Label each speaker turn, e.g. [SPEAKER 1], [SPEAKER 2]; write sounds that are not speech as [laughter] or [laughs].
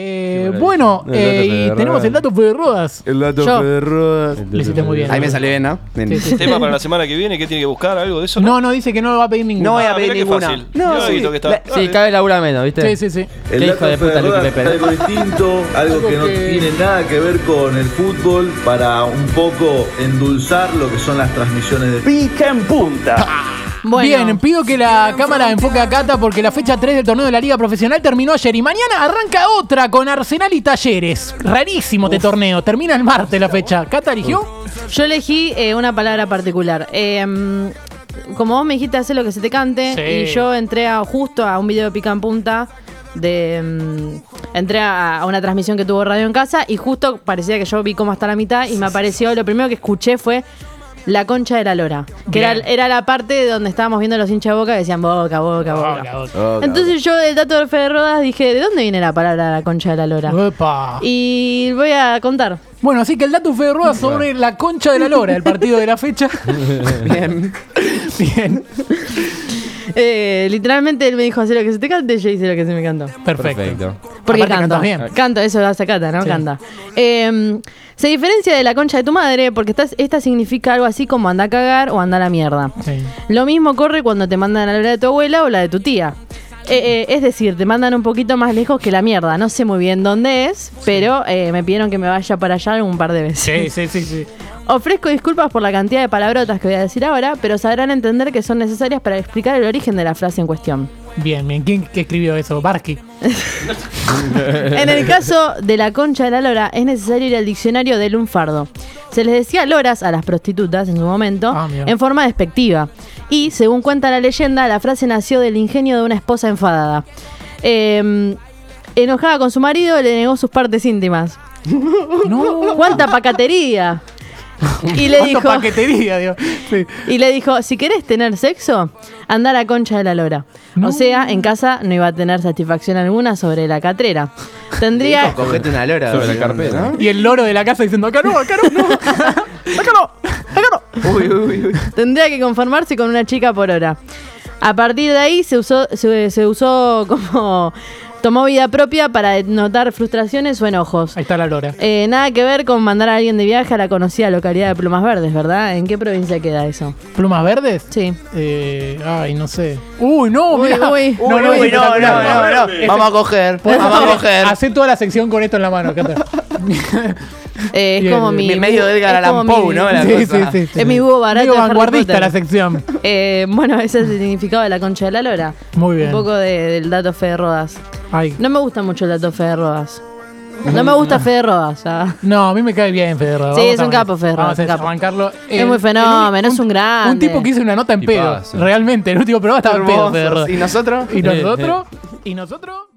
[SPEAKER 1] Eh,
[SPEAKER 2] Qué maravilla.
[SPEAKER 1] bueno,
[SPEAKER 3] El dato
[SPEAKER 1] eh, y
[SPEAKER 3] Fede
[SPEAKER 1] tenemos
[SPEAKER 3] Rodas.
[SPEAKER 1] el dato Fede Rodas.
[SPEAKER 3] El dato
[SPEAKER 1] Yo-
[SPEAKER 3] de Rodas.
[SPEAKER 1] Le hiciste muy bien.
[SPEAKER 4] Ahí me salió bien, ¿no? Bien.
[SPEAKER 1] Sí, sí.
[SPEAKER 4] [laughs]
[SPEAKER 2] Tema para la semana que viene, ¿qué tiene que buscar? ¿Algo de eso?
[SPEAKER 1] No, no, dice que no lo va a pedir ninguno.
[SPEAKER 4] No voy a
[SPEAKER 2] Ah,
[SPEAKER 4] pedir
[SPEAKER 2] mirá qué
[SPEAKER 4] ninguna.
[SPEAKER 2] fácil.
[SPEAKER 4] No,
[SPEAKER 2] Mirá,
[SPEAKER 4] sí.
[SPEAKER 2] Vito, que está-
[SPEAKER 4] La-
[SPEAKER 2] Dale.
[SPEAKER 5] Sí, cada vez labura menos, ¿viste?
[SPEAKER 1] Sí, sí, sí.
[SPEAKER 5] Qué hijo de puta,
[SPEAKER 6] Ferroda
[SPEAKER 5] Luis Pérez.
[SPEAKER 6] algo distinto, algo que no
[SPEAKER 1] que-
[SPEAKER 6] tiene nada que ver con el fútbol para un poco endulzar lo que son las transmisiones de
[SPEAKER 7] Pica en punta.
[SPEAKER 8] Bueno,
[SPEAKER 1] Bien, pido que la cámara enfoque a Cata porque la fecha 3 del torneo de la Liga Profesional terminó ayer y mañana arranca otra con Arsenal y Talleres. Rarísimo este torneo. Termina el martes la fecha. ¿Cata eligió?
[SPEAKER 8] yo elegí eh, una palabra particular. Eh, mm, como vos me dijiste, hacer lo que se te cante.
[SPEAKER 1] Sí.
[SPEAKER 8] Y yo entré a- justo a un video de pica en punta. De, mm, entré a, a una transmisión que tuvo radio en casa. Y justo parecía que yo vi cómo hasta la mitad. Y me apareció, lo primero que escuché fue. La concha de la lora, que era,
[SPEAKER 1] Bien.
[SPEAKER 8] era la parte de donde estábamos viendo los hinchas de boca que decían boca, boca, boca. Entonces yo del dato de Fede Rodas dije, ¿de dónde viene la palabra la concha de la lora? Ah.
[SPEAKER 1] Epa.
[SPEAKER 8] Y voy a contar.
[SPEAKER 1] Bueno, así que el dato Fede Rodas sobre la concha de la lora, el partido de la
[SPEAKER 3] [laughs]
[SPEAKER 1] fecha.
[SPEAKER 4] Bien.
[SPEAKER 1] [laughs] Bien,
[SPEAKER 8] Eh, literalmente él me dijo hacer lo que se te cante, yo hice lo que se me cantó.
[SPEAKER 1] perfecto.
[SPEAKER 8] Porque
[SPEAKER 1] Aparte
[SPEAKER 8] canto.
[SPEAKER 1] cantas bien.
[SPEAKER 8] Canto, eso lo hace Cata, ¿no?
[SPEAKER 1] Sí.
[SPEAKER 8] Canta. Eh, se diferencia de la concha de tu madre porque esta, esta significa algo así como anda a cagar o anda a la mierda.
[SPEAKER 1] Sí.
[SPEAKER 8] Lo mismo corre cuando te mandan a la hora de tu abuela o la de tu tía. Eh, eh, es decir, te mandan un poquito más lejos que la mierda. No sé muy bien dónde es, pero eh, me pidieron que me vaya para allá un par de veces.
[SPEAKER 1] Sí, sí, sí, sí.
[SPEAKER 8] [laughs] Ofrezco disculpas por la cantidad de palabrotas que voy a decir ahora, pero sabrán entender que son necesarias para explicar el origen de la frase en cuestión.
[SPEAKER 1] Bien, bien. ¿Quién que escribió eso? Barsky.
[SPEAKER 8] En el caso de la concha de la lora, es necesario ir al diccionario de lunfardo. Se les decía loras a las prostitutas en su momento,
[SPEAKER 1] Ah, mira.
[SPEAKER 8] en forma despectiva. Y, según cuenta la leyenda, la frase nació del ingenio de una esposa enfadada. Eh, enojada con su marido, le negó sus partes íntimas. ¡Cuánta pacatería! Y le
[SPEAKER 1] ¿Cuánto
[SPEAKER 8] dijo...
[SPEAKER 1] paquetería, Dios? Sí.
[SPEAKER 8] Y le dijo, si querés tener sexo, anda a la concha de la lora.
[SPEAKER 1] No.
[SPEAKER 8] O sea, en casa no iba a tener satisfacción alguna sobre la catrera. Tendría...
[SPEAKER 4] Cogete una lora.
[SPEAKER 3] Sobre la
[SPEAKER 4] boludo,
[SPEAKER 3] carpeta.
[SPEAKER 4] ¿no?
[SPEAKER 1] Y el loro de la casa diciendo, acá no, acá no, no. acá no, acá no.
[SPEAKER 4] Uy, uy, uy.
[SPEAKER 8] Tendría que conformarse con una chica por hora. A partir de ahí se usó, se, se usó [laughs] como... Tomó vida propia para denotar frustraciones o enojos.
[SPEAKER 1] Ahí está la lora.
[SPEAKER 8] Eh, nada que ver con mandar a alguien de viaje a la conocida localidad de Plumas Verdes, ¿verdad? ¿En qué provincia queda eso?
[SPEAKER 1] ¿Plumas verdes?
[SPEAKER 8] Sí.
[SPEAKER 1] Eh, ay, no sé. Uy, no,
[SPEAKER 8] Uy,
[SPEAKER 1] mirá.
[SPEAKER 8] uy.
[SPEAKER 1] No, no,
[SPEAKER 4] Uy, no, no,
[SPEAKER 1] espectacular.
[SPEAKER 4] no, no. Vamos a coger. [laughs] Vamos a coger.
[SPEAKER 1] Hacé toda la sección con esto en la mano, Cata.
[SPEAKER 8] Eh, es
[SPEAKER 1] Bien,
[SPEAKER 8] como
[SPEAKER 1] bien.
[SPEAKER 8] mi...
[SPEAKER 4] Me- medio Edgar
[SPEAKER 8] es
[SPEAKER 4] Allan
[SPEAKER 8] como
[SPEAKER 4] Poe, ¿no?
[SPEAKER 8] [laughs]
[SPEAKER 4] La
[SPEAKER 1] sí, sí,
[SPEAKER 4] cosa.
[SPEAKER 1] sí, sí.
[SPEAKER 8] Es mi búho barato
[SPEAKER 1] Medio
[SPEAKER 8] de Harry
[SPEAKER 1] vanguardista
[SPEAKER 8] Potter.
[SPEAKER 1] la sección.
[SPEAKER 8] Eh, bueno, ese es el significado de la concha de la lora.
[SPEAKER 1] Muy bien.
[SPEAKER 8] Un poco de- del dato Fede Rodas.
[SPEAKER 1] Ay.
[SPEAKER 8] No me gusta mucho el dato Fede Rodas. No me gusta Fede Rodas. ah.
[SPEAKER 1] No, a mí me cae bien Federer.
[SPEAKER 8] Sí, es un capo, Fede Rodas,
[SPEAKER 1] Vamos a
[SPEAKER 8] un capo.
[SPEAKER 1] bancarlo.
[SPEAKER 8] Es muy fenómeno, es un grande.
[SPEAKER 1] Un tipo que hizo una nota en pedo.
[SPEAKER 3] Tipazo.
[SPEAKER 1] Realmente, el último programa estaba en pedo, Fede
[SPEAKER 4] Hermosos.
[SPEAKER 1] Rodas.
[SPEAKER 4] ¿Y nosotros?
[SPEAKER 1] Y nosotros, y nosotros.